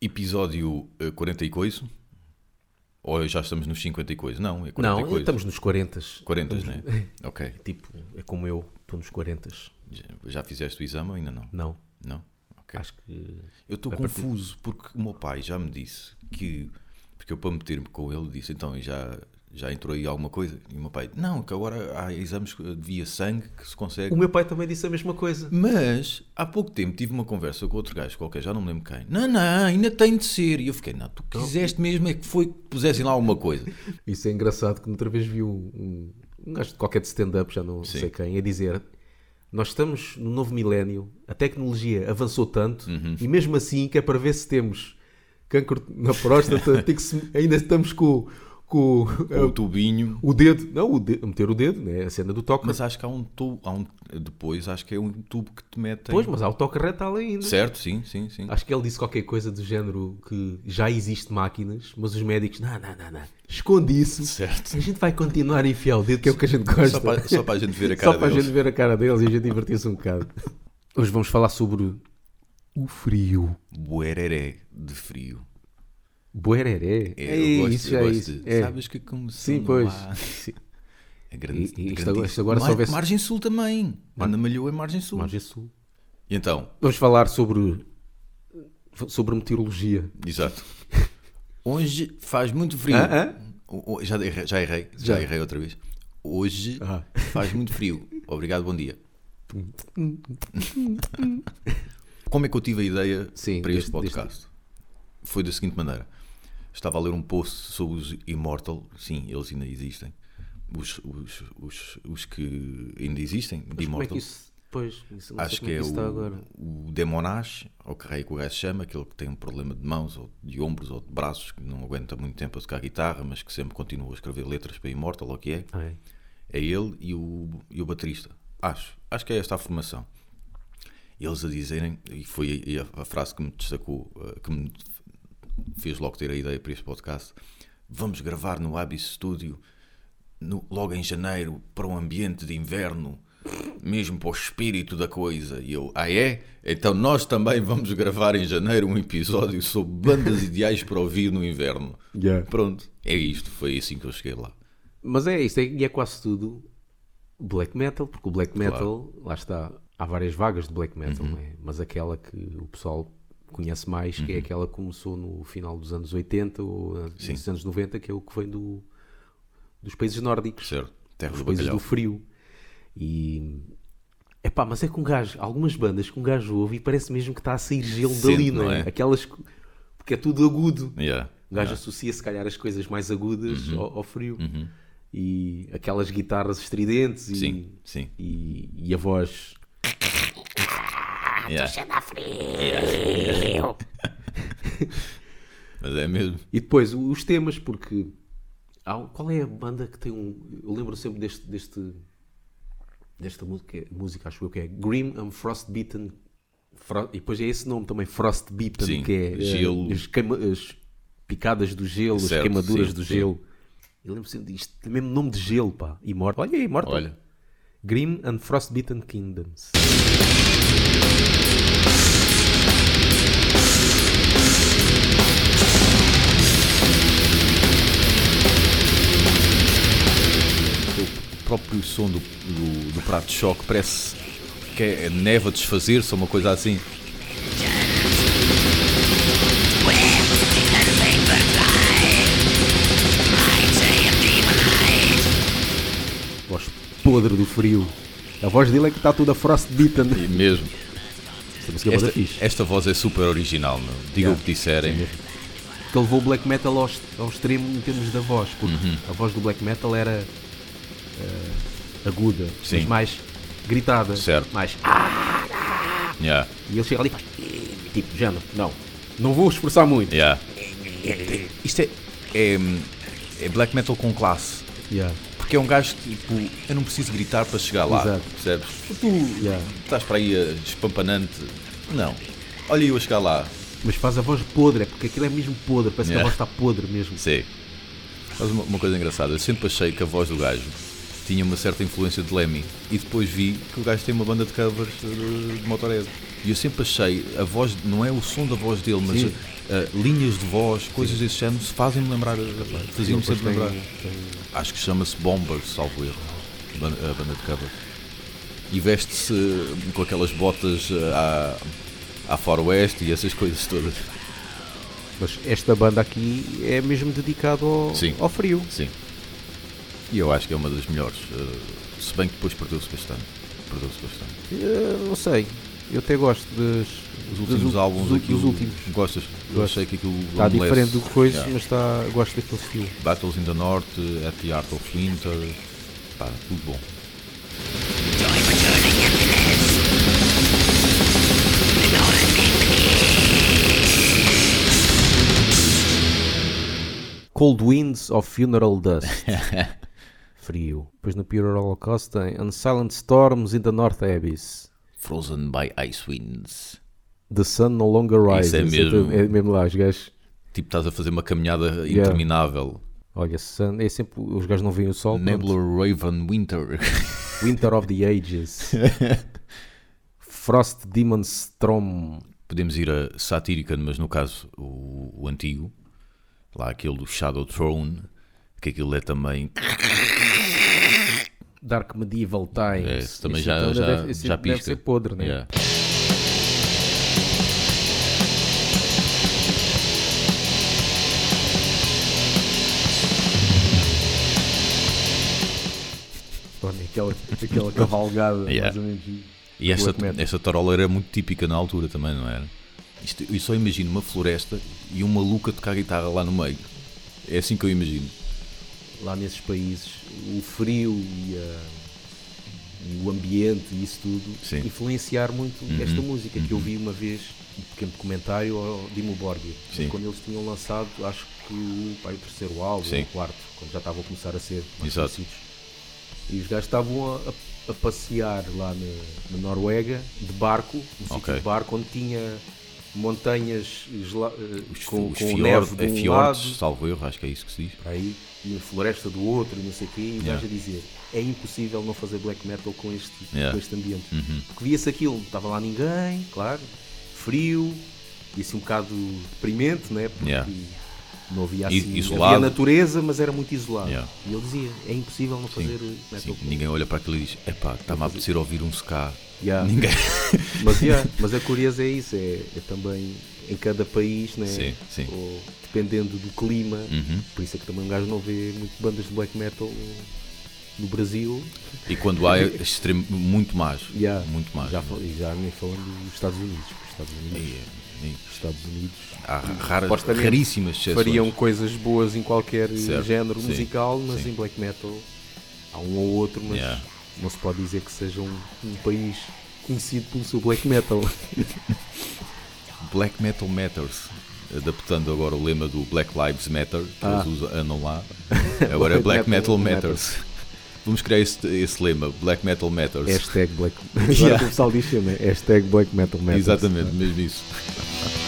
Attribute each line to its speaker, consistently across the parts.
Speaker 1: Episódio eh, 40 e coiso? Ou já estamos nos 50 e coiso? Não, é 40
Speaker 2: Não,
Speaker 1: e coiso.
Speaker 2: estamos nos 40.
Speaker 1: 40, né? ok.
Speaker 2: Tipo, é como eu, estou nos 40.
Speaker 1: Já, já fizeste o exame ou ainda não?
Speaker 2: Não,
Speaker 1: Não? Ok.
Speaker 2: acho que.
Speaker 1: Eu estou confuso porque o meu pai já me disse que. Porque eu, para meter-me com ele, disse então e já, já entrou aí alguma coisa. E o meu pai, não, que agora há exames eh, via sangue que se consegue.
Speaker 2: O meu pai também disse a mesma coisa.
Speaker 1: Mas há pouco tempo tive uma conversa com outro gajo qualquer, já não me lembro quem. Não, não, ainda tem de ser. E eu fiquei, não, tu quiseste mesmo é que foi que pusessem lá alguma coisa.
Speaker 2: Isso é engraçado que outra vez vi um- um, um gajo de qualquer de stand-up, já não sei quem, a dizer nós estamos no novo milénio, a tecnologia avançou tanto e mesmo assim que é para ver se temos cancro na próstata, tem que se- ainda estamos com, com
Speaker 1: Com o tubinho.
Speaker 2: o dedo, não, o de- meter o dedo, né? a cena do toque.
Speaker 1: Mas acho que há um tubo, há um, depois acho que é um tubo que te metem.
Speaker 2: pois, mas há o toque retal ainda.
Speaker 1: Certo, sim, sim, sim.
Speaker 2: Acho que ele disse qualquer coisa do género que já existe máquinas, mas os médicos, não, não, não, não, esconde isso.
Speaker 1: Certo.
Speaker 2: A gente vai continuar a enfiar o dedo, que é o que a gente
Speaker 1: Só
Speaker 2: gosta.
Speaker 1: para, só para a gente ver a cara
Speaker 2: Só para a
Speaker 1: deles.
Speaker 2: gente ver a cara deles e a gente divertir-se um bocado. Hoje vamos falar sobre o frio.
Speaker 1: Buereré de frio.
Speaker 2: Buereré.
Speaker 1: É,
Speaker 2: Ei,
Speaker 1: eu gosto,
Speaker 2: isso
Speaker 1: eu
Speaker 2: já é
Speaker 1: gosto.
Speaker 2: isso. É.
Speaker 1: Sabes que começou
Speaker 2: Sim,
Speaker 1: no
Speaker 2: pois.
Speaker 1: ar.
Speaker 2: Sim.
Speaker 1: É grande,
Speaker 2: E- e isto
Speaker 1: grandíssimo.
Speaker 2: agora- isto agora só
Speaker 1: Mar-
Speaker 2: vê-se-
Speaker 1: Margem Sul também. Manda Malhou é Margem Sul.
Speaker 2: Margem Sul.
Speaker 1: E então,
Speaker 2: Vamos falar sobre, sobre meteorologia.
Speaker 1: exato. Hoje faz muito frio.
Speaker 2: Ah,
Speaker 1: O- o- Já, errei, já errei, já.
Speaker 2: Já.
Speaker 1: errei outra vez. Hoje
Speaker 2: Ah.
Speaker 1: faz muito frio. Obrigado, bom dia. Como é que eu tive a ideia
Speaker 2: Sim,
Speaker 1: para este
Speaker 2: deste- deste-
Speaker 1: podcast? Foi da seguinte maneira: estava a ler um post sobre os Immortal, sim, eles ainda existem. Os, os, os, os que ainda existem, de
Speaker 2: Como é que
Speaker 1: Immortal.
Speaker 2: isso... Pois, isso não sei
Speaker 1: Acho
Speaker 2: como
Speaker 1: que
Speaker 2: é
Speaker 1: é
Speaker 2: que isso está
Speaker 1: o,
Speaker 2: agora.
Speaker 1: o Demonage, ou que raio que o gajo se chama, aquele que tem um problema de mãos, ou de ombros, ou de braços, que não aguenta muito tempo a tocar guitarra, mas que sempre continua a escrever letras para Immortal, ou o que é.
Speaker 2: Ah, é.
Speaker 1: É ele e o, e o baterista. Acho. Acho que é esta a formação. Eles a dizerem, e foi aí a, a frase que me destacou, eh, que me fez logo ter a ideia para este podcast: vamos gravar no Abyss Studio no- logo em janeiro para um ambiente de inverno, mesmo para o espírito da coisa. E eu, ah é? Então nós também vamos gravar em janeiro um episódio sobre bandas ideais para ouvir no inverno.
Speaker 2: Yeah.
Speaker 1: Pronto, é isto. Foi assim que eu cheguei lá.
Speaker 2: Mas é isto, é, e é quase tudo black metal, porque o black metal, lá está, há várias vagas de black metal, não é? mas aquela que o pessoal conhece mais, que é aquela que começou no final dos anos 80 ou antes dos anos 90, que é o que vem do, dos países nórdicos,
Speaker 1: Certo, terra
Speaker 2: dos
Speaker 1: do
Speaker 2: países
Speaker 1: é bacalhau.
Speaker 2: do frio. E é pá, mas é que um gajo, algumas bandas que um gajo ouve e parece mesmo que está a sair gelo
Speaker 1: Sente,
Speaker 2: dali, não
Speaker 1: não
Speaker 2: é?
Speaker 1: é?
Speaker 2: Aquelas que- porque é tudo agudo.
Speaker 1: Yeah.
Speaker 2: O gajo associa, se calhar, as coisas mais agudas ao, ao frio. E aquelas guitarras estridentes e,
Speaker 1: Sim, sim.
Speaker 2: e, e a voz.
Speaker 1: Yeah. Mas é mesmo.
Speaker 2: E depois o- os temas, porque. há um- qual é a banda que tem um. Eu lembro sempre deste. deste desta música, música, acho eu que é Grim and Frostbitten. Fro- e depois é esse nome também, Frostbitten,
Speaker 1: Sim,
Speaker 2: que é eh,
Speaker 1: gelo.
Speaker 2: As, queima- as picadas do gelo, as
Speaker 1: Certo,
Speaker 2: queimaduras
Speaker 1: sim,
Speaker 2: do
Speaker 1: sim.
Speaker 2: gelo. Eu lembro sempre disto, mesmo nome de gelo, pá. Immortal. Olha aí, Immortal.
Speaker 1: Olha.
Speaker 2: Grim and Frostbitten Kingdoms.
Speaker 1: O próprio som do, do, do prato de choque parece que é neve a desfazer-se, ou uma coisa assim.
Speaker 2: Voz podre do frio. A voz dele é que está toda frostbitten.
Speaker 1: E mesmo.
Speaker 2: Esta música é bué da
Speaker 1: Esta,
Speaker 2: fixe.
Speaker 1: esta voz é super original, meu. Diga o que disserem.
Speaker 2: Que levou o black metal ao, est- ao extremo em termos da voz. Porque
Speaker 1: Uhum.
Speaker 2: a voz do black metal era eh, aguda,
Speaker 1: Sim.
Speaker 2: mas mais gritada.
Speaker 1: Certo.
Speaker 2: Mais. "Ah!"
Speaker 1: Yeah,
Speaker 2: E ele chega ali e faz. Tipo, género, não. Não vou esforçar muito.
Speaker 1: yeah. Isto é, é, é black metal com classe.
Speaker 2: Yeah.
Speaker 1: Porque é um gajo que, tipo, eu não preciso gritar para chegar lá.
Speaker 2: Exato.
Speaker 1: Percebes?
Speaker 2: Yeah.
Speaker 1: Estás para aí eh, espampanante Não. Olha eu a chegar lá.
Speaker 2: Mas faz a voz podre, é porque aquilo é mesmo podre, parece
Speaker 1: Yeah.
Speaker 2: que a voz está podre mesmo.
Speaker 1: Sim. Mas uma, uma coisa engraçada, eu sempre achei que a voz do gajo tinha uma certa influência de Lemmy e depois vi que o gajo tem uma banda de covers de, de Motorhead. E eu sempre achei, a voz, não é o som da voz dele, mas
Speaker 2: Sim.
Speaker 1: ah, linhas de voz, coisas desse género, se fazem-me lembrar, ah, faziam-me
Speaker 2: Depois
Speaker 1: sempre lembrar.
Speaker 2: tem- tem-
Speaker 1: Acho que chama-se Bombers, salvo erro, ban- a banda de cover. E veste-se com aquelas botas eh, à, à faroeste e essas coisas todas.
Speaker 2: Mas esta banda aqui é mesmo dedicada ao,
Speaker 1: Sim.
Speaker 2: ao frio.
Speaker 1: Sim. E eu acho que é uma das melhores. eh, se bem que depois perdeu-se bastante. Perdeu-se bastante.
Speaker 2: Eh, não sei, eu até gosto das,
Speaker 1: Os
Speaker 2: dos
Speaker 1: últimos
Speaker 2: ul-
Speaker 1: álbuns
Speaker 2: dos,
Speaker 1: aqui.
Speaker 2: dos últimos.
Speaker 1: Gostas? Eu
Speaker 2: Gosto.
Speaker 1: achei que aquilo.
Speaker 2: Está
Speaker 1: amolece.
Speaker 2: diferente do que foi,
Speaker 1: Yeah.
Speaker 2: mas está, gosto daquele fio.
Speaker 1: Battles in the North, At the Art of Winter. Pá, tudo bom.
Speaker 2: Cold Winds of Funeral Dust. Frio. Depois no Pure Holocaust tem And Silent Storms in the North Abyss.
Speaker 1: Frozen by Ice Winds.
Speaker 2: The Sun No Longer Rises.
Speaker 1: Isso é mesmo.
Speaker 2: É mesmo lá, os gajos.
Speaker 1: Tipo, estás a fazer uma caminhada
Speaker 2: Yeah.
Speaker 1: interminável.
Speaker 2: Olha, Sun, é sempre, os gajos não veem o sol.
Speaker 1: Nebula Raven Winter.
Speaker 2: pronto. Winter of the Ages. Frost Demon Storm.
Speaker 1: Podemos ir a Satirican, mas no caso o, o antigo, lá aquele do Shadow Throne, que aquilo é também.
Speaker 2: Dark Medieval Times.
Speaker 1: É, esse também
Speaker 2: Esse
Speaker 1: já-
Speaker 2: então ainda
Speaker 1: já-
Speaker 2: esse
Speaker 1: já
Speaker 2: deve
Speaker 1: pisca.
Speaker 2: ser podre, né?
Speaker 1: Yeah.
Speaker 2: Olha, aquela, aquela cavalgada.
Speaker 1: Yeah.
Speaker 2: Mais ou menos.
Speaker 1: E esta,
Speaker 2: Black metal.
Speaker 1: esta tarola era muito típica na altura também, não era? Isto, eu só imagino uma floresta e um maluco a tocar guitarra lá no meio. É assim que eu imagino.
Speaker 2: lá nesses países, o frio e, a- e o ambiente e isso tudo
Speaker 1: Sim. Uhum.
Speaker 2: influenciar muito esta música que eu vi uma vez um pequeno documentário ao Dimo Borghi
Speaker 1: Sim.
Speaker 2: quando eles tinham lançado acho que o, pá, o terceiro álbum
Speaker 1: Sim.
Speaker 2: ou o quarto quando já estavam a começar a ser mais
Speaker 1: Exato.
Speaker 2: conhecidos e os gajos estavam a, a- a passear lá na, na Noruega de barco, um sítio
Speaker 1: Ok.
Speaker 2: de barco onde tinha montanhas gela- eh,
Speaker 1: Os,
Speaker 2: com,
Speaker 1: os
Speaker 2: com
Speaker 1: fior-
Speaker 2: neve de
Speaker 1: eh,
Speaker 2: um
Speaker 1: fiordes,
Speaker 2: lado
Speaker 1: salvo erro, acho que é isso que se diz.
Speaker 2: para aí, e a floresta do outro, e não sei o quê, e o
Speaker 1: Yeah.
Speaker 2: gajo a dizer: é impossível não fazer black metal com este,
Speaker 1: Yeah. Uhum.
Speaker 2: com este ambiente. Porque via-se aquilo, não estava lá ninguém, claro, frio, e assim um bocado deprimente, né? Porque
Speaker 1: Yeah.
Speaker 2: não havia
Speaker 1: I-
Speaker 2: assim.
Speaker 1: isolado.
Speaker 2: Havia natureza, mas era muito isolado.
Speaker 1: Yeah.
Speaker 2: E ele dizia: é impossível não fazer metal
Speaker 1: Sim,
Speaker 2: com
Speaker 1: ninguém olha para aquilo e diz: epá, está-me a apetecer ouvir um ska.
Speaker 2: Yeah.
Speaker 1: Ninguém.
Speaker 2: Mas, yeah, mas é curioso é isso, é, é também em cada país, né?
Speaker 1: Sim, sim. Uhum.
Speaker 2: Ou dependendo do clima, por isso é que também um gajo não vê muito bandas de black metal no Brasil.
Speaker 1: E quando há, é extremo, muito mais.
Speaker 2: Yeah.
Speaker 1: Muito mais. né?
Speaker 2: Já, fal- e já nem falando dos Estados Unidos, porque os Estados Unidos,
Speaker 1: E, é, e
Speaker 2: os Estados Unidos
Speaker 1: há raras,
Speaker 2: Hum. Supostamente
Speaker 1: raríssimas exceções.
Speaker 2: fariam coisas boas em qualquer
Speaker 1: Certo,
Speaker 2: género
Speaker 1: sim,
Speaker 2: musical, mas
Speaker 1: sim.
Speaker 2: em black metal há um ou outro, mas
Speaker 1: Yeah.
Speaker 2: não se pode dizer que seja um, um país conhecido pelo seu black metal.
Speaker 1: Black Metal Matters. Adaptando agora o lema do Black Lives Matter, que
Speaker 2: Ah.
Speaker 1: eles usam, andam lá. Agora é Black Metal Matters. Vamos criar esse, esse lema, Black Metal Matters.
Speaker 2: Hashtag Black Agora
Speaker 1: Yeah.
Speaker 2: que o pessoal diz sempre, hashtag Black Metal Matters. é.
Speaker 1: Exatamente, mesmo isso.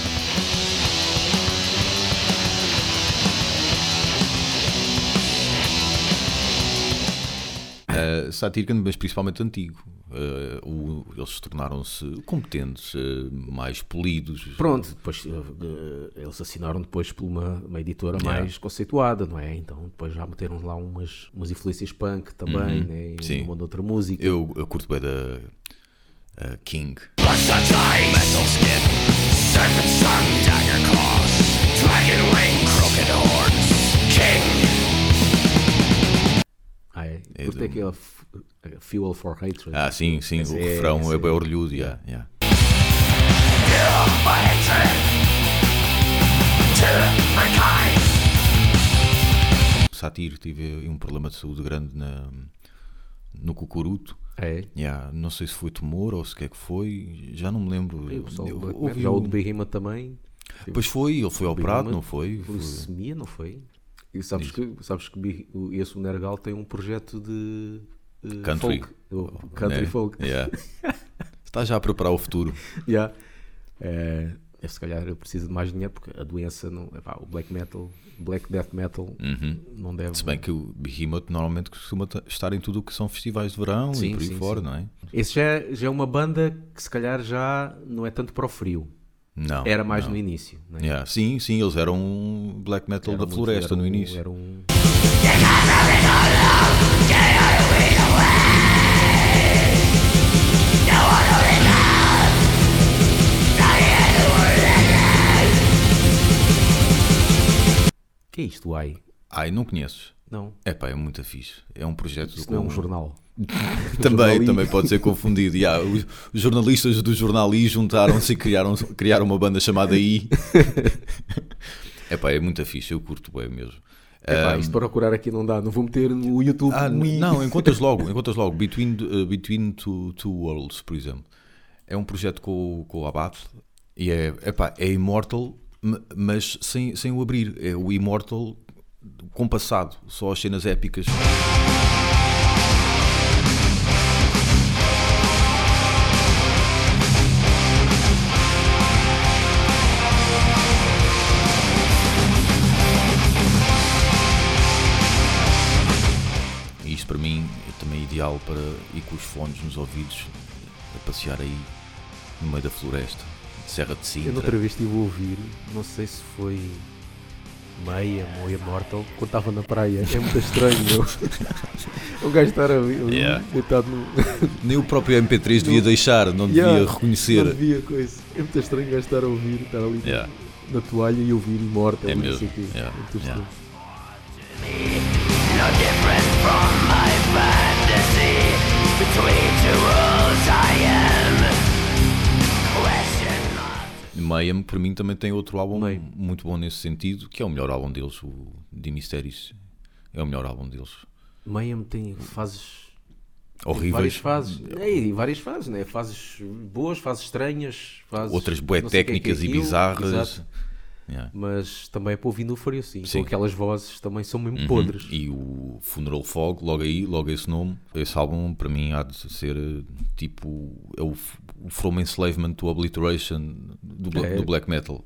Speaker 1: Uh, Satyricon, mas principalmente antigo. Ah, o- eles tornaram-se competentes, ah, mais polidos.
Speaker 2: Pronto, depois eh, eh, eles assinaram depois por uma, uma editora
Speaker 1: Yeah.
Speaker 2: mais conceituada, não é? Então depois já meteram lá umas, umas influências punk também, né? E
Speaker 1: Sim.
Speaker 2: uma de outra música.
Speaker 1: Eu, eu curto bem da ah, King.
Speaker 2: Ah, é?
Speaker 1: É
Speaker 2: Curto
Speaker 1: do-
Speaker 2: aquela f- eh, Fuel for Hatred.
Speaker 1: Ah, sim, sim,
Speaker 2: Esse
Speaker 1: o
Speaker 2: é-
Speaker 1: refrão
Speaker 2: esse
Speaker 1: é
Speaker 2: é-
Speaker 1: bem orlhudo. Yeah, yeah. Satir, tive um problema de saúde grande na, no cucuruto.
Speaker 2: É.
Speaker 1: Yeah, não sei se foi tumor ou se o que é que foi, já não me lembro.
Speaker 2: O pessoal
Speaker 1: Eu-
Speaker 2: do Black
Speaker 1: houve
Speaker 2: Metal. Já o
Speaker 1: um-
Speaker 2: de Behemoth também.
Speaker 1: Pois foi, ele foi operado,
Speaker 2: Behemoth,
Speaker 1: não foi? Foi-
Speaker 2: Leucemia, não foi? E sabes que, sabes que Be- o- esse Nergal tem um projeto de eh,
Speaker 1: Country.
Speaker 2: folk. Oh, Country
Speaker 1: né?
Speaker 2: folk.
Speaker 1: Yeah. Está já a preparar o futuro.
Speaker 2: Yeah. Eh, eu, se calhar eu preciso de mais dinheiro porque a doença não. epá, o black metal, black death metal,
Speaker 1: Uhum.
Speaker 2: não deve.
Speaker 1: Se bem que o Behemoth normalmente costuma ta- estar em tudo o que são festivais de verão
Speaker 2: Sim,
Speaker 1: e por aí
Speaker 2: sim,
Speaker 1: fora,
Speaker 2: sim.
Speaker 1: não é?
Speaker 2: Esse já é, já é uma banda que, se calhar, já não é tanto para o frio.
Speaker 1: Não.
Speaker 2: Era mais
Speaker 1: não.
Speaker 2: no início. Né?
Speaker 1: Yeah, Sim, sim, eles eram um black metal
Speaker 2: Era
Speaker 1: da
Speaker 2: muito-
Speaker 1: floresta
Speaker 2: era
Speaker 1: no
Speaker 2: um-
Speaker 1: início.
Speaker 2: Era um... Que é isto, ai?
Speaker 1: Ai, não conheces?
Speaker 2: Não,
Speaker 1: É pá, é muito fixe. É um projeto
Speaker 2: isto
Speaker 1: com-
Speaker 2: não é um jornal.
Speaker 1: também,
Speaker 2: jornalismo.
Speaker 1: também pode ser confundido. Yeah, os os jornalistas do jornal I juntaram-se e criaram, criaram uma banda chamada I. é pá, é muito fixe. Eu curto bem mesmo.
Speaker 2: Epá, isto para procurar aqui não dá, não vou meter no YouTube.
Speaker 1: Ah,
Speaker 2: um i.
Speaker 1: não, encontras logo, encontras logo. Between, uh, Between two, two Worlds, por exemplo. É um projeto com, o- com o Abate e é, epá, é Immortal, m- mas sem, sem o abrir. É o Immortal compassado, só as cenas épicas. E isto para mim é também ideal para ir com os fones nos ouvidos a passear aí no meio da floresta, de Serra de
Speaker 2: Eu na
Speaker 1: Sintra.
Speaker 2: outra vez estive a ouvir, não sei se foi Meia ou Immortal, quando estava na praia. É muito estranho, meu. O gajo estar ali, ali,
Speaker 1: Yeah.
Speaker 2: deitado no.
Speaker 1: Nem o próprio MP3 devia
Speaker 2: Não-
Speaker 1: deixar, não devia
Speaker 2: Yeah,
Speaker 1: reconhecer.
Speaker 2: Não via coisa. É muito estranho o gajo estar a ouvir, estar ali
Speaker 1: Yeah.
Speaker 2: na toalha e ouvir Immortal.
Speaker 1: É
Speaker 2: não
Speaker 1: mesmo,
Speaker 2: sei o quê.
Speaker 1: yeah,
Speaker 2: Muito estranho.
Speaker 1: Mayhem, para mim, também tem outro álbum
Speaker 2: Mayhem.
Speaker 1: muito bom nesse sentido, que é o melhor álbum deles, o The Mysteries. É o melhor álbum deles.
Speaker 2: Mayhem tem fases.
Speaker 1: Horríveis.
Speaker 2: Várias fases. É, e várias fases, né? Fases boas, fases estranhas, fases.
Speaker 1: Outras bué
Speaker 2: não sei o que é que é
Speaker 1: técnicas e
Speaker 2: aquilo.
Speaker 1: bizarras.
Speaker 2: Exato.
Speaker 1: Yeah.
Speaker 2: Mas também é para ouvir no frio,
Speaker 1: Sim.
Speaker 2: sim.
Speaker 1: Uhum.
Speaker 2: Então aquelas vozes também são mesmo podres.
Speaker 1: E o Funeral Fog, logo aí, logo esse nome. Esse álbum, para mim, há de ser eh, tipo. É o, f- o From Enslavement to Obliteration do, bla-
Speaker 2: É.
Speaker 1: do black metal.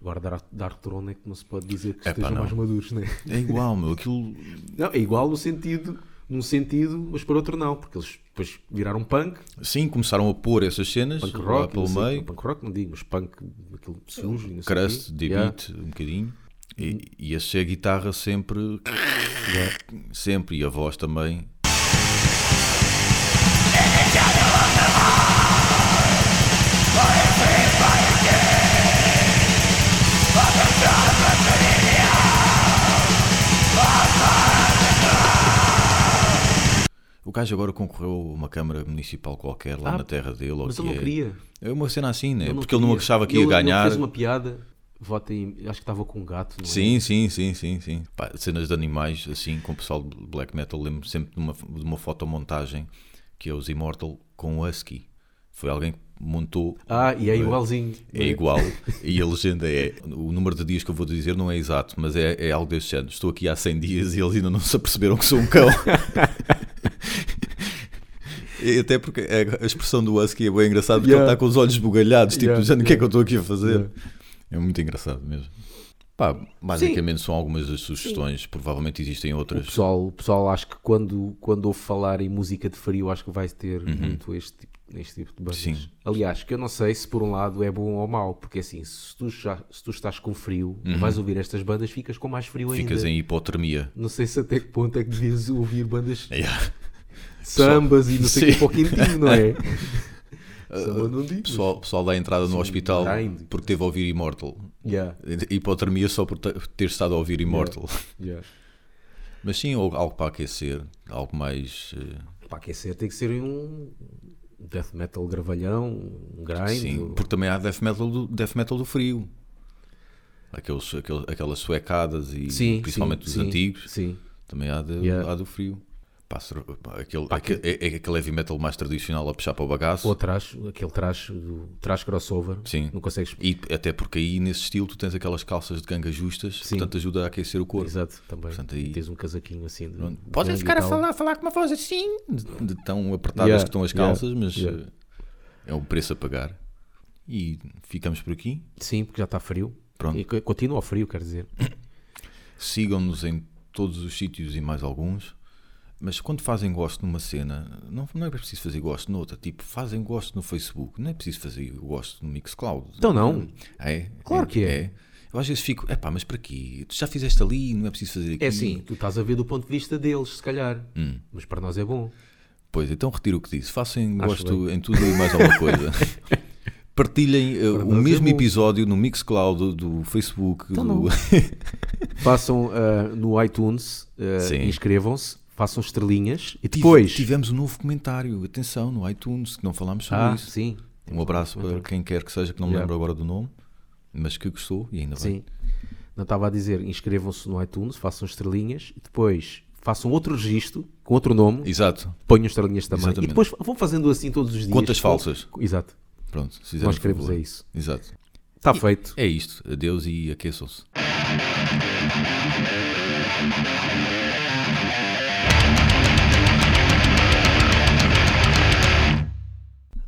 Speaker 2: Agora Dark, Dark Throne é que não se pode dizer que
Speaker 1: Epá,
Speaker 2: estejam
Speaker 1: não.
Speaker 2: mais maduros, né?
Speaker 1: É igual, meu. Aquilo.
Speaker 2: Não, é igual no sentido, num sentido, mas para outro não, porque eles depois viraram punk,
Speaker 1: Sim, começaram a pôr essas cenas
Speaker 2: punk
Speaker 1: lá
Speaker 2: rock, não
Speaker 1: pelo
Speaker 2: sei,
Speaker 1: meio.
Speaker 2: punk rock não digo, mas punk, aquilo sujo, e não sei o
Speaker 1: crust,
Speaker 2: quê.
Speaker 1: de
Speaker 2: Yeah. Hum.
Speaker 1: beat, um bocadinho. E, e achei a guitarra sempre. Sempre, e a voz também. O gajo agora concorreu a uma Câmara Municipal qualquer lá
Speaker 2: Ah,
Speaker 1: na terra dele. ou
Speaker 2: Mas
Speaker 1: que
Speaker 2: ele não
Speaker 1: é-
Speaker 2: queria.
Speaker 1: é uma cena assim, né?
Speaker 2: não
Speaker 1: Porque ele não
Speaker 2: queria.
Speaker 1: achava que ia ganhar.
Speaker 2: Ele fez uma piada, vota em, acho que estava com um gato, não é?
Speaker 1: Sim, sim, sim, sim, sim. Pá, cenas de animais, assim, com o pessoal de black metal, lembro-me sempre de uma, de uma fotomontagem que é os Immortal com o Husky. Foi alguém que montou.
Speaker 2: Ah, e é igualzinho.
Speaker 1: É igual. e a legenda é. O número de dias que eu vou dizer não é exato, mas é, é algo deste género. Estou aqui há 100 dias e eles ainda não se aperceberam que sou um cão. E Até porque a a expressão do Husky é bem engraçada porque
Speaker 2: Yeah.
Speaker 1: ele está com os olhos bugalhados, tipo,
Speaker 2: Yeah,
Speaker 1: do género, o que é que eu estou aqui a fazer?
Speaker 2: Yeah.
Speaker 1: É muito engraçado mesmo. Pá, basicamente são algumas das sugestões, provavelmente existem
Speaker 2: O
Speaker 1: outras.
Speaker 2: pessoal, o pessoal acho que quando, quando ouve falar em música de frio, acho que vai ter muito este tipo, este tipo de bandas.
Speaker 1: Uhum. Sim.
Speaker 2: Aliás, que eu não sei se por um lado é bom ou mau, porque assim, se tu, já- se tu estás com frio, vais ouvir estas bandas, ficas com mais frio
Speaker 1: Uhum. Ficas
Speaker 2: ainda.
Speaker 1: em hipotermia.
Speaker 2: Não sei se até que ponto é que devias ouvir bandas
Speaker 1: Yeah.
Speaker 2: sambas e não sei
Speaker 1: Sim.
Speaker 2: o que para o quentinho, não é? Samba não digo.
Speaker 1: É. Pessoal, pessoal dá entrada no hospital
Speaker 2: grind.
Speaker 1: porque teve a ouvir Immortal.
Speaker 2: Yeah,
Speaker 1: Hipotermia só por te- ter estado a ouvir Immortal.
Speaker 2: yeah.
Speaker 1: Mas sim, ou algo para aquecer, algo mais. eh,
Speaker 2: Para aquecer tem que ser um death metal gravalhão, um grind.
Speaker 1: sim,
Speaker 2: ou-
Speaker 1: porque também há death metal do, death metal do frio. Aqueles, aquele- aquelas suecadas e
Speaker 2: Sim,
Speaker 1: principalmente
Speaker 2: sim,
Speaker 1: os
Speaker 2: sim,
Speaker 1: antigos.
Speaker 2: Sim.
Speaker 1: Também há, de-
Speaker 2: Yeah.
Speaker 1: há do frio. Pá, sur- pá, aquele, aquele, é, é aquele heavy metal mais tradicional a puxar para o bagaço.
Speaker 2: Ou trás, aquele trás, do trás crossover.
Speaker 1: Sim.
Speaker 2: Não consegues.
Speaker 1: E até porque aí nesse estilo tu tens aquelas calças de ganga justas,
Speaker 2: Sim.
Speaker 1: portanto ajuda a aquecer o corpo.
Speaker 2: Exato, também.
Speaker 1: Portanto, aí-
Speaker 2: Tens um casaquinho assim. De,
Speaker 1: Podem
Speaker 2: de
Speaker 1: ficar a
Speaker 2: tal.
Speaker 1: falar, falar com uma voz assim, de, de tão apertadas
Speaker 2: Yeah,
Speaker 1: que estão as
Speaker 2: yeah,
Speaker 1: calças, mas
Speaker 2: yeah.
Speaker 1: eh, é um preço a pagar. E ficamos por aqui.
Speaker 2: Sim, porque já está frio.
Speaker 1: Pronto.
Speaker 2: E co- continua ao frio, quer dizer.
Speaker 1: Sigam-nos em todos os sítios e mais alguns. Mas quando fazem gosto numa cena, não, não é preciso fazer gosto noutra. Tipo, fazem gosto no Facebook, não é preciso fazer gosto no Mixcloud.
Speaker 2: Então não.
Speaker 1: É?
Speaker 2: Claro que é.
Speaker 1: Eu às vezes fico, epá, mas para quê? Tu já fizeste ali, não é preciso fazer aqui.
Speaker 2: É assim, tu estás a ver do ponto de vista deles, se calhar.
Speaker 1: Hum.
Speaker 2: Mas para nós é bom.
Speaker 1: Pois, então retiro o que disse. Façam
Speaker 2: Acho
Speaker 1: gosto em tudo e mais alguma coisa. Partilhem eh, o
Speaker 2: nós é
Speaker 1: mesmo
Speaker 2: bom.
Speaker 1: episódio no Mixcloud, do Facebook,
Speaker 2: Então
Speaker 1: do...
Speaker 2: Façam ah, no iTunes, ah,
Speaker 1: Sim.
Speaker 2: inscrevam-se, façam estrelinhas e
Speaker 1: Tive-
Speaker 2: depois.
Speaker 1: Tivemos um novo comentário, atenção, no iTunes, que não falámos sobre
Speaker 2: ah,
Speaker 1: isso.
Speaker 2: sim.
Speaker 1: Um abraço para quem quer que seja, que não me
Speaker 2: Yeah.
Speaker 1: lembro agora do nome, mas que gostou e ainda bem.
Speaker 2: Sim. Não estava a dizer, inscrevam-se no iTunes, façam estrelinhas e depois façam outro registro com outro nome
Speaker 1: Exato.
Speaker 2: ponham estrelinhas também.
Speaker 1: Exatamente.
Speaker 2: E depois vão fazendo assim todos os dias.
Speaker 1: Contas falsas.
Speaker 2: Exato.
Speaker 1: Pronto, se fizerem
Speaker 2: Nós
Speaker 1: por
Speaker 2: queremos
Speaker 1: favor.
Speaker 2: é isso.
Speaker 1: Exato.
Speaker 2: Está feito.
Speaker 1: É isto. Adeus e aqueçam-se.